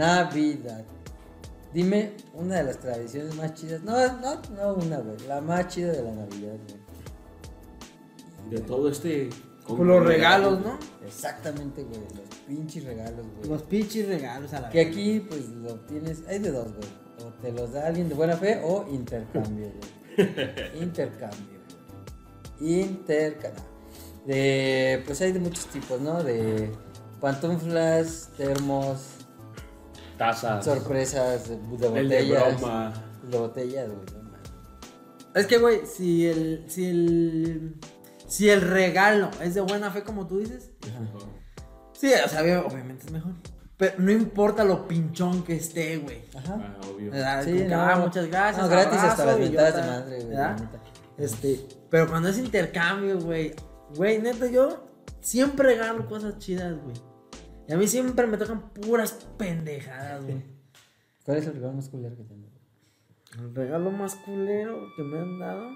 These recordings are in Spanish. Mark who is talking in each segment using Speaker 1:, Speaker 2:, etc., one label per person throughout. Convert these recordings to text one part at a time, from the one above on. Speaker 1: Navidad. Dime una de las tradiciones más chidas. No, no, no una, güey. La más chida de la Navidad, güey.
Speaker 2: De todo este.
Speaker 3: Con Pues los regalos, ¿no?
Speaker 1: Exactamente, güey. Los pinches regalos, güey.
Speaker 4: Los pinches regalos a la
Speaker 1: Que aquí, pues, lo tienes. Hay de dos, güey. O te los da alguien de buena fe o intercambio, güey. intercambio, güey. Intercambio. De. Pues hay de muchos tipos, ¿no? De pantuflas, termos,
Speaker 2: Tazas.
Speaker 1: sorpresas, de botellas.
Speaker 2: El de broma.
Speaker 1: De botellas, güey. no mames.
Speaker 3: Es que, güey, si el, si el. Si el regalo es de buena fe, como tú dices. Sí, o sea, obvio- obviamente es mejor. Pero no importa lo pinchón que esté, güey.
Speaker 1: Ajá.
Speaker 2: Ah, obvio.
Speaker 3: ¿Verdad?
Speaker 1: Sí,
Speaker 3: Como que,
Speaker 1: no.
Speaker 3: ah, muchas gracias.
Speaker 1: No, gratis
Speaker 3: abrazo,
Speaker 1: hasta las
Speaker 3: y yo
Speaker 1: mentadas de
Speaker 3: tal,
Speaker 1: madre, güey,
Speaker 3: ¿verdad?
Speaker 1: la neta.
Speaker 3: Este, pero cuando es intercambio, güey. Güey, neta, yo siempre regalo cosas chidas, güey. Y a mí siempre me tocan puras pendejadas, güey.
Speaker 1: ¿Cuál es el regalo más culero que tengo?
Speaker 3: El regalo más culero que me han dado.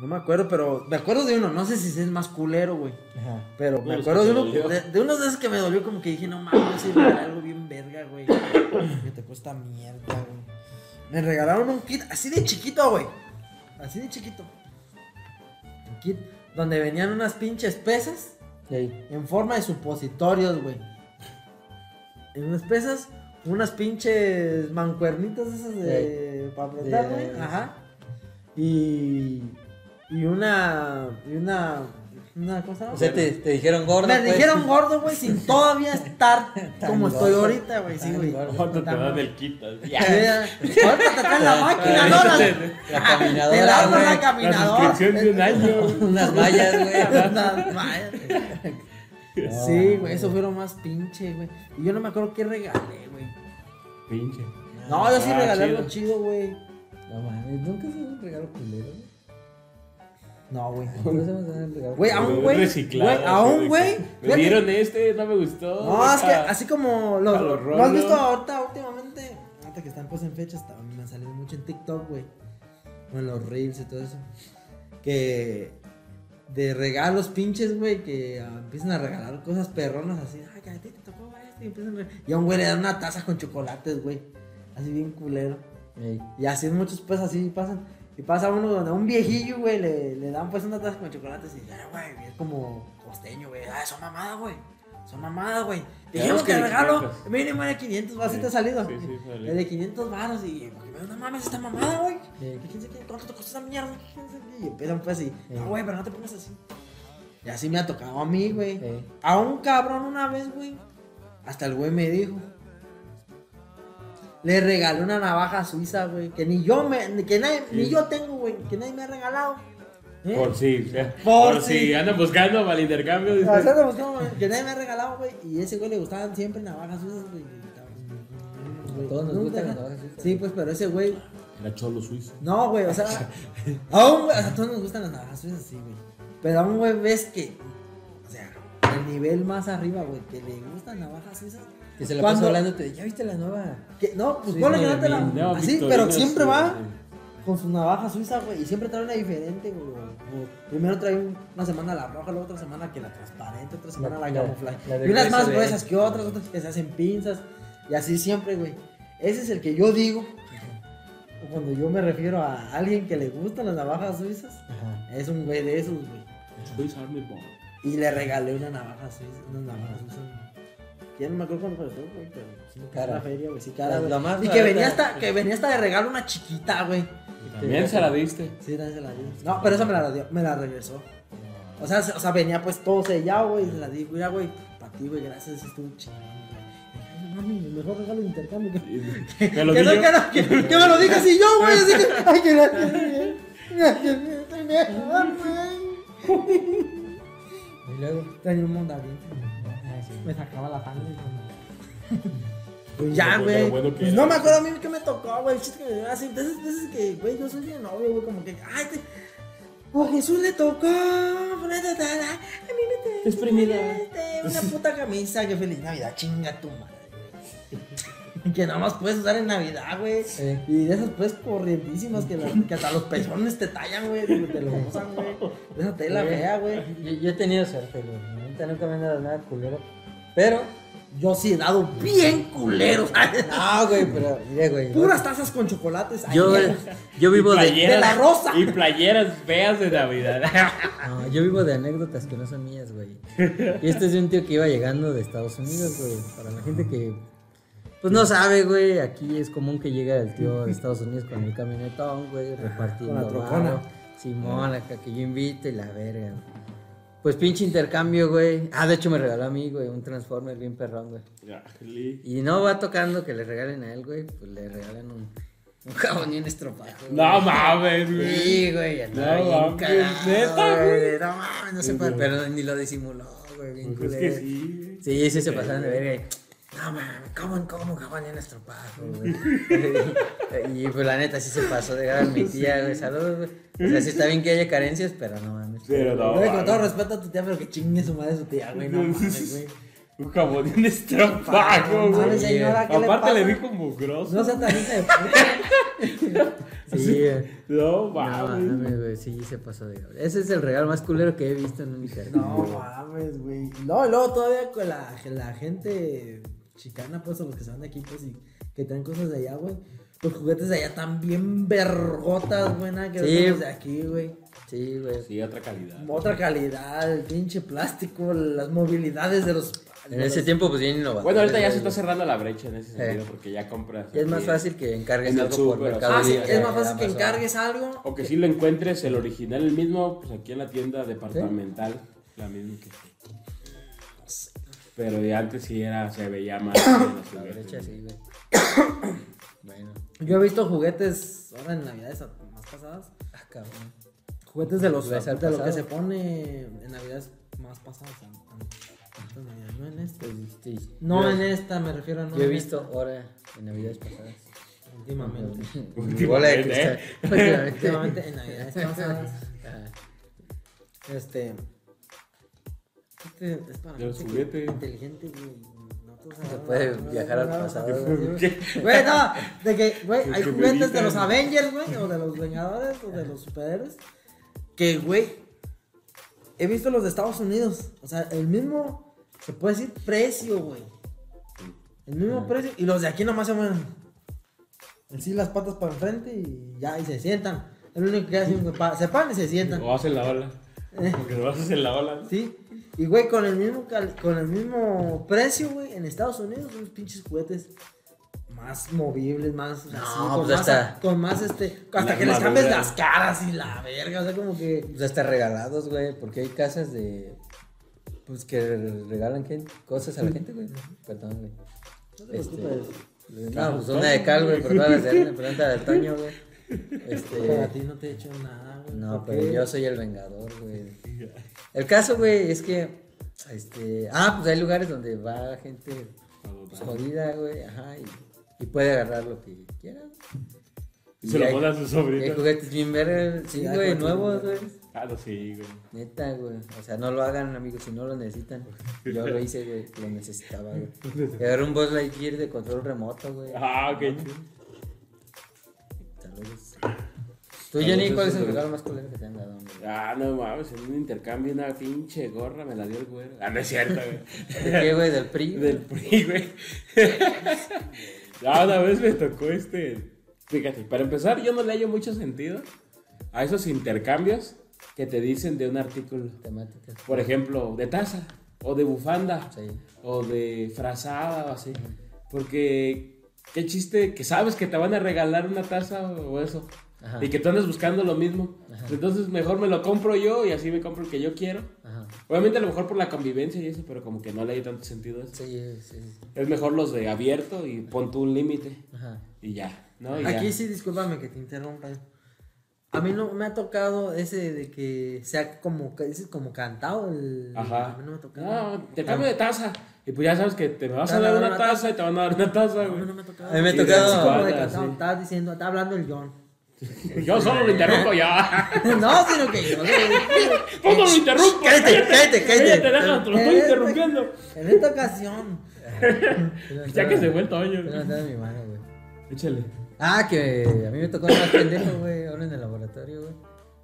Speaker 3: No me acuerdo, pero me acuerdo de uno. No sé si es el más culero, güey.
Speaker 1: Ajá.
Speaker 3: Pero
Speaker 2: Uno de
Speaker 3: me
Speaker 2: los
Speaker 3: acuerdo
Speaker 2: que
Speaker 3: de
Speaker 2: te
Speaker 3: uno que-
Speaker 2: dolió.
Speaker 3: de, de unos de esos que me dolió como que dije, no mames, sí, regalé algo bien verga, güey. Que te cuesta mierda, güey. Me regalaron un kit así de chiquito, güey. Así de chiquito. Un kit donde venían unas pinches pesas
Speaker 1: Y ahí.
Speaker 3: en forma de supositorios, güey. En unas pesas, unas pinches mancuernitas esas de. para apretar,
Speaker 1: De-
Speaker 3: güey. Ajá. Y. Y una. Y una. Una cosa.
Speaker 1: O sea, te, te dijeron gordo.
Speaker 3: Me
Speaker 1: pues.
Speaker 3: dijeron gordo, güey, sin todavía estar
Speaker 1: Tan
Speaker 3: como estoy
Speaker 1: gordo,
Speaker 3: ahorita, güey. Sí,
Speaker 1: tan
Speaker 3: güey.
Speaker 1: gordo.
Speaker 2: ¿Cuánto te dan el Ah, kit?
Speaker 3: Ya. Ahorita te traen la máquina, ¿no?
Speaker 2: La
Speaker 3: La,
Speaker 1: La
Speaker 3: te
Speaker 1: caminadora.
Speaker 3: largo la
Speaker 1: güey.
Speaker 3: caminadora. Eh,
Speaker 2: suscripción de un año.
Speaker 1: Unas mallas, güey.
Speaker 3: Unas mallas. Sí, güey, eso fue lo más pinche, güey. Y yo no me acuerdo qué regalé, güey.
Speaker 2: Pinche.
Speaker 3: No, yo sí
Speaker 2: Ah,
Speaker 3: regalé
Speaker 2: chido.
Speaker 3: algo chido, güey.
Speaker 1: No mames, nunca se un regalo culero, güey.
Speaker 3: No, güey.
Speaker 1: Nunca se me un regalo
Speaker 3: Güey,
Speaker 1: culero.
Speaker 3: a un
Speaker 2: Muy
Speaker 3: güey.
Speaker 2: reciclado,
Speaker 3: güey, a
Speaker 2: así
Speaker 3: un
Speaker 2: de
Speaker 3: güey,
Speaker 2: que, Me
Speaker 3: fíjate.
Speaker 2: dieron este, no me gustó.
Speaker 3: No, es que
Speaker 2: Ah,
Speaker 3: así como
Speaker 2: a
Speaker 3: los,
Speaker 2: los
Speaker 3: lo has visto
Speaker 2: rolos.
Speaker 3: ahorita últimamente, ahorita que están pues en fechas, tam- me han salido mucho en TikTok, güey. O en los reels y todo eso. Que de regalos pinches, güey, que ah, empiezan a regalar cosas perronas así, ay, que a ti te tocó esto", y empiezan a re- Y a un güey le dan una taza con chocolates, güey. Así bien culero.
Speaker 1: Ey,
Speaker 3: Y así en muchos pues así pasan. Y pasa uno donde a un viejillo, güey, le, le dan pues una taza con chocolates y ya, güey, es como costeño, güey. Ah, son mamadas, güey. Son mamadas, güey. Dijimos
Speaker 2: los
Speaker 3: que
Speaker 2: que
Speaker 3: el regalo
Speaker 2: quinientos.
Speaker 3: mínimo era 500 varos, sí te ha
Speaker 2: Sí,
Speaker 3: salido.
Speaker 2: sí, sí, salió.
Speaker 3: el de 500 varos y, güey, no mames, esta mamada, güey. Eh,
Speaker 1: Sí.
Speaker 3: ¿Qué, qué, qué, ¿Cuánto te costó esa mierda? ¿Qué, qué, qué? Y empiezan pues así,
Speaker 1: Sí.
Speaker 3: no, güey, pero no te pongas así. Y así me ha tocado a mí, güey.
Speaker 2: Eh,
Speaker 1: Sí.
Speaker 3: A un cabrón una vez, güey. Hasta el güey me dijo. Le regalé una navaja suiza, güey. Que ni yo me. Que nadie, ni yo tengo, güey. Que nadie me ha regalado. ¿Eh?
Speaker 2: Por si. o sea,
Speaker 3: Por
Speaker 2: Por
Speaker 3: si.
Speaker 2: si. Andan buscando para el intercambio. dice.
Speaker 3: O sea, no, pues, no, que nadie me ha regalado, güey. Y a ese güey le gustaban siempre navajas suizas, güey. Y estaba-
Speaker 1: A todos nos
Speaker 3: Nunca-
Speaker 1: gustan las navajas suizas.
Speaker 3: Sí, pues, pero ese güey.
Speaker 2: Era cholo suizo.
Speaker 3: No, güey, o sea, aún, güey, o sea, a todos nos gustan las navajas suizas, sí, güey. Pero aún, güey, ves que, o sea, el nivel más arriba, güey, que le gustan navajas suizas.
Speaker 1: Que se la
Speaker 3: Cuando-
Speaker 1: pasó hablando, te ya viste la nueva.
Speaker 3: Que, no, pues
Speaker 1: Sí,
Speaker 3: ponle
Speaker 1: no,
Speaker 3: que no te la.
Speaker 1: ni-
Speaker 2: no,
Speaker 3: así,
Speaker 2: Victorino,
Speaker 3: pero siempre
Speaker 2: sí,
Speaker 3: va
Speaker 2: sí.
Speaker 3: con su navaja suiza, güey. Y siempre trae una diferente, güey. O Primero trae un- una semana la roja, la otra semana que la transparente, otra semana la,
Speaker 1: la-
Speaker 3: camuflaje.
Speaker 1: la de
Speaker 3: Y unas
Speaker 1: grueso,
Speaker 3: más
Speaker 1: güey.
Speaker 3: gruesas que otras, otras que se hacen pinzas. Y así siempre, güey. Ese es el que yo digo. o Cuando yo me refiero a alguien que le gustan las navajas suizas,
Speaker 1: Ajá.
Speaker 3: es un güey de esos, güey.
Speaker 2: Swiss Army Bomb.
Speaker 3: Y le regalé una navaja suiza, unas navajas suizas. güey. Ya no me acuerdo cuándo fue, güey, pero sí,
Speaker 1: Cara.
Speaker 3: una feria, güey, sí, cara,
Speaker 1: La-
Speaker 3: güey.
Speaker 1: la más
Speaker 3: Y que
Speaker 1: barata.
Speaker 3: venía, hasta, que venía hasta de regalo una chiquita, güey.
Speaker 2: También se la diste.
Speaker 3: Sí, también se la di. No, pero esa me la, dio- me la regresó. O sea, se- o sea, venía pues todo sellado, güey, y se la di, mira, güey, para ti, güey, gracias, estuvo chingón, güey. Mami, el mejor regalo de intercambio que...
Speaker 2: Te lo
Speaker 3: que, no,
Speaker 2: dije.
Speaker 3: que, no- que- que me lo digas y yo, güey, así que... Ay, que gracias, güey. Gracias, güey, estoy bien, güey.
Speaker 1: Y luego.
Speaker 3: Tenía un mondadiente.
Speaker 1: Ah, sí.
Speaker 3: Me sacaba la sangre. Pues ya,
Speaker 2: Lo
Speaker 3: güey.
Speaker 2: bueno que
Speaker 3: Pues
Speaker 2: era.
Speaker 3: no me acuerdo a mí que me tocó, güey. El chiste que me dio así. Entonces, veces que, güey, yo soy bien novio, güey. Como que, ay, te... oh, Jesús le tocó. bla, bla, bla, bla. A mí me tocó.
Speaker 2: Exprimida.
Speaker 3: este, Una puta camisa. Que feliz Navidad, chinga tu madre, güey. Que nada más puedes usar en Navidad, güey.
Speaker 1: Sí.
Speaker 3: Y de esas, pues, corrientísimas que, la- que hasta los pezones te tallan, güey. que Te lo usan, güey. De esa tela
Speaker 1: Güey,
Speaker 3: fea, güey.
Speaker 1: Yo, yo he tenido suerte, güey. Neta, nunca me han dado nada culero. Pero,
Speaker 3: Yo sí he dado bien culeros.
Speaker 1: no, güey, pero mire, güey.
Speaker 3: Puras tazas con chocolates. ay,
Speaker 4: Yo,
Speaker 3: mierda.
Speaker 4: yo vivo
Speaker 2: Y
Speaker 4: de.
Speaker 2: playeras-
Speaker 3: de la rosa.
Speaker 2: Y playeras feas de Navidad.
Speaker 4: Ah,
Speaker 1: No, yo vivo de anécdotas que no son mías, güey. Y este es de un tío que iba llegando de Estados Unidos, güey. Para la gente que, pues no sabe, güey. Aquí es común que llega el tío de Estados Unidos con el camionetón, güey, repartiendo.
Speaker 3: con la trocona.
Speaker 1: varo. Simón, acá que yo invito y la verga. güey. Pues pinche intercambio, güey. Ah, de hecho me regaló a mí, güey, un Transformer bien perrón, güey. Y no va tocando que le regalen a él, güey. Pues le regalan un, un jabón y un estropajo. güey.
Speaker 2: No mames, güey.
Speaker 1: Sí, güey,
Speaker 2: No
Speaker 1: andaba bien
Speaker 2: mames,
Speaker 1: cagado,
Speaker 2: ¿neta, güey?
Speaker 1: güey, No mames, no se puede, pero ni lo disimuló, güey, bien
Speaker 2: Pues
Speaker 1: culero.
Speaker 2: es que sí.
Speaker 1: Sí, sí, se pasaron de verga. y, No mames, ¿cómo, cómo, cómo ni nuestro pajo, güey? y pues la neta sí se pasó de gran mi tía, güey, saludos, güey. O sea, sí está bien que haya carencias, pero no mames.
Speaker 2: Pero no.
Speaker 3: Güey, con todo
Speaker 2: mames.
Speaker 3: respeto a tu tía, pero que chingue su madre su
Speaker 2: Ah,
Speaker 3: tía, güey. No mames, güey.
Speaker 2: Un jabón y un estropajo,
Speaker 3: No mames,
Speaker 2: güey.
Speaker 3: señora, ¿qué
Speaker 2: Aparte le
Speaker 3: le,
Speaker 2: vi
Speaker 3: pasa?
Speaker 2: como grosso.
Speaker 3: No sea tan hija de puta.
Speaker 1: Sí, güey.
Speaker 2: No
Speaker 1: No
Speaker 2: mames.
Speaker 1: mames, güey, sí se pasó de gran. Ese es el regalo más culero que he visto en un intercambio.
Speaker 3: No mames, güey. No, y luego todavía con la, la gente chicana, pues, o los que se van de aquí, pues, y que traen cosas de allá, güey. Los juguetes de allá están bien vergotas, güey, nada que ver
Speaker 1: Sí.
Speaker 3: con los de aquí, güey.
Speaker 1: Sí, güey.
Speaker 2: Sí, otra calidad.
Speaker 3: Otra calidad, el pinche plástico, las movilidades de los.
Speaker 1: En ese tiempo, pues bien innovador.
Speaker 2: Bueno, ahorita ya se está
Speaker 1: güey.
Speaker 2: cerrando la brecha en ese sentido
Speaker 1: Eh.
Speaker 2: porque ya compras.
Speaker 1: Y es más
Speaker 2: aquí.
Speaker 1: fácil que encargues
Speaker 2: En el
Speaker 1: algo por
Speaker 2: súper,
Speaker 1: mercado
Speaker 3: Ah, sí,
Speaker 1: Libre,
Speaker 3: es más
Speaker 1: de
Speaker 3: fácil que
Speaker 1: Amazon.
Speaker 3: encargues algo.
Speaker 2: O que si lo encuentres el original, el mismo, pues aquí en la tienda departamental, la misma que. Pero de antes sí era, se veía más. en los
Speaker 1: La derecha
Speaker 2: juguetes.
Speaker 1: sí, güey. bueno,
Speaker 3: Yo he visto juguetes ahora en navidades más pasadas.
Speaker 1: ah, cabrón.
Speaker 3: Juguetes de los
Speaker 1: Puede ser
Speaker 3: de lo que
Speaker 1: pasado.
Speaker 3: se pone en navidades más pasadas. an- an- antes de Navidad, No en esta.
Speaker 1: Pues, sí.
Speaker 3: No
Speaker 1: yo,
Speaker 3: en esta, me refiero no
Speaker 1: Yo he
Speaker 3: en
Speaker 1: visto ahora en Navidades pasadas.
Speaker 3: esta, últimamente.
Speaker 1: Mi Bola de cristal. ¿eh? Últimamente.
Speaker 3: últimamente en navidades pasadas.
Speaker 1: Ah,
Speaker 3: Este. Este es para
Speaker 2: De los
Speaker 3: gente
Speaker 2: juguetes.
Speaker 3: que- inteligente, güey. No todos
Speaker 1: se
Speaker 3: saben,
Speaker 1: puede
Speaker 3: no, no,
Speaker 1: viajar al
Speaker 3: no, no,
Speaker 1: pasado.
Speaker 3: no,
Speaker 1: güey.
Speaker 2: ¿Qué?
Speaker 3: Güey, no, de que, güey, hay
Speaker 2: que me
Speaker 3: juguetes de
Speaker 2: evitan.
Speaker 3: los Avengers, güey, o de los Vengadores, o de los superhéroes, que, güey, he visto los de Estados Unidos, o sea, el mismo, se puede decir, precio, güey, el mismo precio, y los de aquí nomás se mueven así las patas para enfrente y ya, y se sientan, el único que hacen, güey, pa- se paran y se sientan,
Speaker 2: O hacen la ola. Porque lo haces en la ola.
Speaker 3: ¿sí? Y, güey, con el mismo, cal- con el mismo precio, güey, en Estados Unidos, unos pinches juguetes más movibles, más así, con,
Speaker 1: pues,
Speaker 3: más,
Speaker 1: hasta-
Speaker 3: con más este, hasta
Speaker 2: La
Speaker 3: que les cambies
Speaker 2: armadura.
Speaker 3: las caras y la verga, o sea, como que
Speaker 1: Pues hasta regalados, güey, porque hay casas de. Pues que regalan gente- cosas a la gente, güey. Perdón, güey.
Speaker 3: no te
Speaker 1: Este,
Speaker 3: preocupes.
Speaker 1: no, pues una de cal, güey, por todas las de arena, pregunta de Toño, güey. Este.
Speaker 3: Para ti no te he hecho nada, güey.
Speaker 1: No,
Speaker 3: ¿por
Speaker 1: pero
Speaker 3: qué?
Speaker 1: yo soy el vengador, güey. El caso, güey, es que. Este, ah, pues hay lugares donde va gente pues, jodida, güey, ajá, y, y puede agarrar lo que quiera.
Speaker 2: Y se lo pone a su
Speaker 1: Y hay
Speaker 2: sobrino.
Speaker 1: juguetes bien verdes, sí,
Speaker 3: Sí, hay
Speaker 1: güey,
Speaker 3: juguetes
Speaker 1: nuevos,
Speaker 3: bien
Speaker 1: güey.
Speaker 2: Ah, no, sí, güey.
Speaker 1: Neta, güey. O sea, no lo hagan, amigos, si no lo necesitan. Yo lo hice, güey, lo necesitaba, güey. Y agarré un Buzz Lightyear de control remoto, güey.
Speaker 2: Ah, qué chido.
Speaker 1: Saludos. Tú, Jenny, ¿cuál es el regalo más culero que te han dado, güey?
Speaker 2: Ah, no mames, en un intercambio una pinche gorra me la dio el güero. Ah, no es cierto, güey.
Speaker 1: ¿De qué, güey? ¿Del PRI?
Speaker 2: Del PRI, güey. Ya una vez me tocó este. Fíjate, para empezar, yo no le hallo mucho sentido a esos intercambios que te dicen de un artículo.
Speaker 1: Temática.
Speaker 2: Por ejemplo, de taza, o de bufanda,
Speaker 1: Sí.
Speaker 2: o de frazada, o así. Porque qué chiste que sabes que te van a regalar una taza o eso.
Speaker 1: Ajá.
Speaker 2: Y que tú andas buscando lo mismo. Entonces, mejor me lo compro yo y así me compro el que yo quiero.
Speaker 1: Ajá.
Speaker 2: Obviamente, a lo mejor por la convivencia y eso, pero como que no le hay tanto sentido a eso.
Speaker 1: Sí, sí, sí.
Speaker 2: Es mejor los de abierto y pon tú un límite
Speaker 1: Ajá.
Speaker 2: y ya, ¿no? Y ya.
Speaker 3: Aquí sí, discúlpame que te interrumpa. A mí no me ha tocado ese de que sea como, que dices, como cantado el...
Speaker 2: Ajá.
Speaker 3: A mí no me ha tocado.
Speaker 2: No, te cambio de taza. Y pues ya sabes que te me vas a dar una taza y te van a dar una taza,
Speaker 3: A mí
Speaker 2: güey.
Speaker 3: no me ha tocado.
Speaker 1: A mí me ha
Speaker 3: Sí,
Speaker 1: tocado-
Speaker 3: así como de
Speaker 2: Cuadra,
Speaker 3: cantado,
Speaker 2: sí.
Speaker 3: estás diciendo, está hablando el John.
Speaker 2: Pues Yo solo lo interrumpo ya.
Speaker 3: no, sino que yo.
Speaker 2: Yo no lo interrumpo.
Speaker 1: Cállate, cállate, cállate.
Speaker 2: Cállate, déjalo, te lo estoy
Speaker 3: Eh,
Speaker 2: interrumpiendo.
Speaker 3: En esta ocasión.
Speaker 2: Ya que se fue el Toño.
Speaker 1: Te levantaron mi mano, güey.
Speaker 2: Échale.
Speaker 1: Ah, que a mí me tocó el más pendejo, güey, ahora en el laboratorio, güey.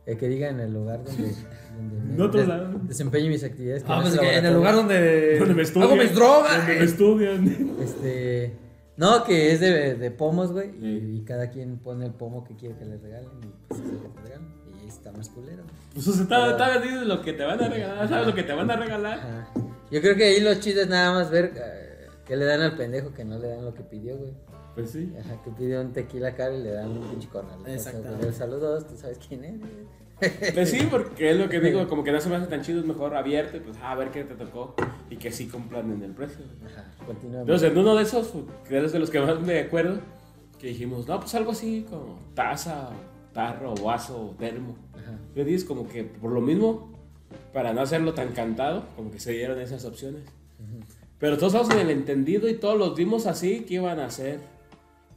Speaker 1: eh, que diga en el lugar donde, donde me
Speaker 2: No, otro
Speaker 1: des-
Speaker 2: lado.
Speaker 1: desempeño mis actividades. que
Speaker 3: Ah,
Speaker 1: no
Speaker 3: pues
Speaker 1: es
Speaker 3: que en el
Speaker 1: laboratorio.
Speaker 3: lugar donde,
Speaker 2: Donde me estudian.
Speaker 3: hago mis drogas.
Speaker 2: Donde me estudian.
Speaker 1: Este. No, que es de, de pomos, güey. y-
Speaker 2: Ey.
Speaker 1: Y, cada quien pone el pomo que quiere que le regalen. Y pues es el que te regalan. Y ahí está más culero. güey.
Speaker 2: Pues o sea, tal, tal vez dices lo que te van a regalar, sabes lo que te van a regalar.
Speaker 1: Ajá. Yo creo que ahí lo chido es nada más ver eh, qué le dan al pendejo que no le dan lo que pidió, güey.
Speaker 2: Pues sí.
Speaker 1: Ajá, que pidió un tequila caro y le dan un pinche cornal. pues,
Speaker 3: Exactamente.
Speaker 1: Saludos, tú sabes quién eres.
Speaker 2: Pues sí, porque es lo que digo, como que no se me hace tan chido, es mejor abierto y pues a ver qué te tocó y que sí compran en el precio.
Speaker 1: Ajá, continuamos.
Speaker 2: Entonces, en uno de esos, que es de los que más me acuerdo, que dijimos, no, pues algo así como taza, o tarro, o vaso, o termo.
Speaker 1: Ajá.
Speaker 2: Yo dije, como que por lo mismo, para no hacerlo tan cantado, como que se dieron esas opciones. Pero todos estábamos en el entendido y todos los dimos así que iban a ser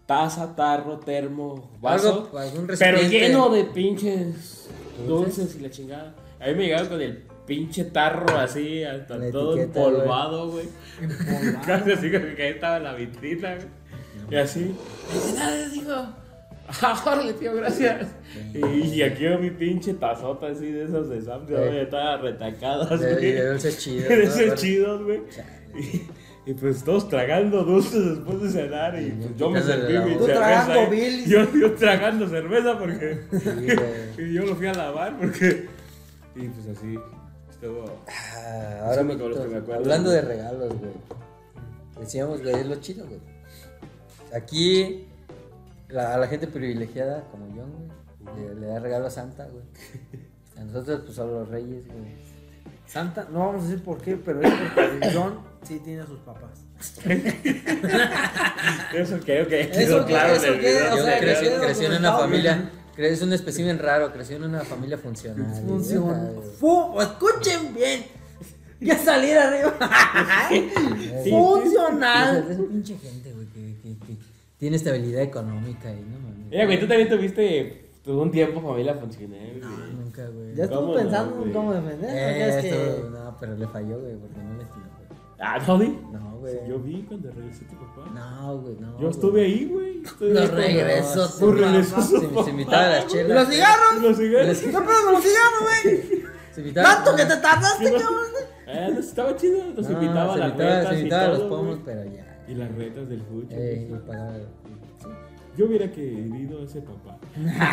Speaker 2: taza, tarro, termo, vaso.
Speaker 1: Algo, algún
Speaker 2: Pero
Speaker 1: recipiente.
Speaker 2: lleno de pinches dulces y la chingada. A mí me llegaron con el pinche tarro así, hasta
Speaker 1: La
Speaker 2: todo
Speaker 1: etiqueta,
Speaker 2: empolvado, güey. Casi así como que ahí estaba la vitrina, güey. Y así. Felicidades, digo. Ah, órale, tío, gracias. Y, y aquí veo mi pinche tazota así de esas de Samsung,
Speaker 1: Sí.
Speaker 2: güey, estaba retacadas,
Speaker 1: De,
Speaker 2: güey.
Speaker 1: de dulces chidos.
Speaker 2: De
Speaker 1: ¿no?
Speaker 2: esos
Speaker 1: Aparte-
Speaker 2: chidos, güey.
Speaker 1: Chale.
Speaker 2: Y, y pues todos tragando dulces después de cenar y
Speaker 1: Y
Speaker 2: pues yo me
Speaker 1: quitándole
Speaker 2: serví
Speaker 1: la
Speaker 2: mi
Speaker 1: boca. Tú
Speaker 2: cerveza.
Speaker 3: tragando
Speaker 2: ¿eh?
Speaker 3: bilis.
Speaker 2: Yo, yo tragando cerveza porque
Speaker 1: Sí, güey.
Speaker 2: y yo lo fui a lavar porque y pues así estuvo
Speaker 1: Ah,
Speaker 2: Eso
Speaker 1: ahora
Speaker 2: me acuerdo,
Speaker 1: amiguitos,
Speaker 2: que me acuerdo.
Speaker 1: hablando de regalos, güey. Decíamos, güey, es lo chido, güey. Aquí, la- a la gente privilegiada como yo, güey, le, le da regalo a Santa, güey. A nosotros, pues, a los reyes, güey.
Speaker 3: Santa, no vamos a decir por qué, pero es porque John sí tiene a sus papás.
Speaker 2: eso creo que
Speaker 3: Eso
Speaker 2: quedó
Speaker 3: que-
Speaker 2: claro en
Speaker 3: eso
Speaker 2: el
Speaker 3: que-
Speaker 2: video
Speaker 3: o
Speaker 1: Yo
Speaker 3: sea,
Speaker 2: sí,
Speaker 1: crecí,
Speaker 2: claro.
Speaker 3: creció-
Speaker 1: crecí en una
Speaker 3: documentado,
Speaker 1: familia, cre- es un espécimen raro, creció en una familia funcional. ¿eh? güey.
Speaker 3: Funciona.
Speaker 1: Ajá, güey.
Speaker 3: Fu- escuchen bien. Ya salir arriba.
Speaker 1: Sí. O sea,
Speaker 3: Funcional.
Speaker 1: Es un pinche gente, güey, que, que- que tiene estabilidad económica y no mames.
Speaker 2: Mira, güey, tú también tuviste tuvo un tiempo familia funcional. güey.
Speaker 1: Nunca, güey.
Speaker 3: Ya estuvo
Speaker 2: ¿Cómo no,
Speaker 3: pensando
Speaker 2: güey?
Speaker 3: en cómo defender.
Speaker 1: Eh,
Speaker 3: ya es
Speaker 1: esto-
Speaker 3: que...
Speaker 1: No, pero le falló, güey, porque no le tiró, güey.
Speaker 2: Ah, no vi.
Speaker 1: No, güey.
Speaker 2: Yo vi cuando regresó tu papá.
Speaker 1: No, güey, no.
Speaker 2: yo
Speaker 1: güey.
Speaker 2: estuve ahí, güey. Estuve
Speaker 3: Lo
Speaker 2: ahí cuando-
Speaker 3: regresó
Speaker 2: Tú
Speaker 3: tu
Speaker 2: regresó
Speaker 3: papá.
Speaker 2: su
Speaker 1: Se, se
Speaker 2: papá,
Speaker 1: invitaba a las
Speaker 2: güey.
Speaker 1: chelas.
Speaker 3: ¿Los cigarros?
Speaker 2: Los cigarros.
Speaker 3: ¿Qué pedo con los cigarros, güey?
Speaker 1: Se invitaba.
Speaker 3: Tanto que te tardaste,
Speaker 2: No.
Speaker 3: cabrón.
Speaker 2: Ah, nos estaba chido, nos
Speaker 1: No,
Speaker 2: invitaba a
Speaker 1: se
Speaker 2: las
Speaker 1: invitaba-
Speaker 2: retas
Speaker 1: Se
Speaker 2: y
Speaker 1: invitaba a los
Speaker 2: todo,
Speaker 1: pomos,
Speaker 2: güey.
Speaker 1: pero ya.
Speaker 2: Y las retas del fucho.
Speaker 1: Eh,
Speaker 2: güey.
Speaker 1: y pagaba. Sí.
Speaker 2: Yo hubiera querido a ese papá.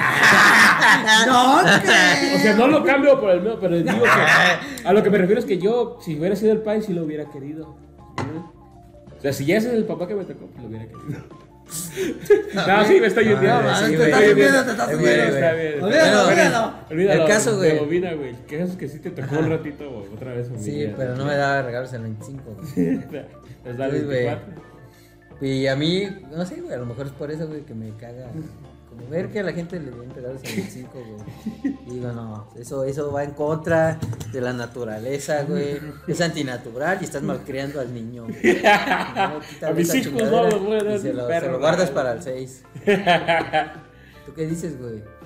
Speaker 3: No,
Speaker 2: O sea, no lo cambio por el mío, pero digo
Speaker 1: Ah.
Speaker 2: que a lo que me refiero es que yo, si hubiera sido el padre, sí lo hubiera querido. O sea, si ya ese es el papá que me tocó, pues lo hubiera querido. no, sí, me estoy hundiendo.
Speaker 1: Ah,
Speaker 3: mames,
Speaker 1: sí,
Speaker 3: te
Speaker 1: güey.
Speaker 3: estás hundiendo, te estás
Speaker 1: Eh, güey,
Speaker 3: hundiendo.
Speaker 1: güey.
Speaker 2: Está bien.
Speaker 1: Bueno,
Speaker 3: Olvídalo, olvídalo.
Speaker 2: Olvídalo.
Speaker 1: El caso,
Speaker 2: de
Speaker 1: güey.
Speaker 2: Bobina, güey. Que eso es que sí te tocó un ratito güey, otra vez.
Speaker 1: Sí,
Speaker 2: familia.
Speaker 1: pero no me daba regalos el 25, güey.
Speaker 2: Les da
Speaker 1: Luis, güey.
Speaker 2: 24.
Speaker 1: Y a mí, no sé, güey, a lo mejor es por eso, güey, que me caga. Como ver que a la gente le den regalos a los cinco, güey. Y Digo, no, eso, eso va en contra de la naturaleza, güey. Es antinatural y estás malcriando al niño. güey. No, quítale
Speaker 2: A mis
Speaker 1: esa
Speaker 2: hijos no
Speaker 1: chingadera
Speaker 2: los voy a dar
Speaker 1: y se
Speaker 2: ni
Speaker 1: lo,
Speaker 2: perro,
Speaker 1: se lo guardas
Speaker 2: güey.
Speaker 1: para el 6. ¿Tú qué dices, güey?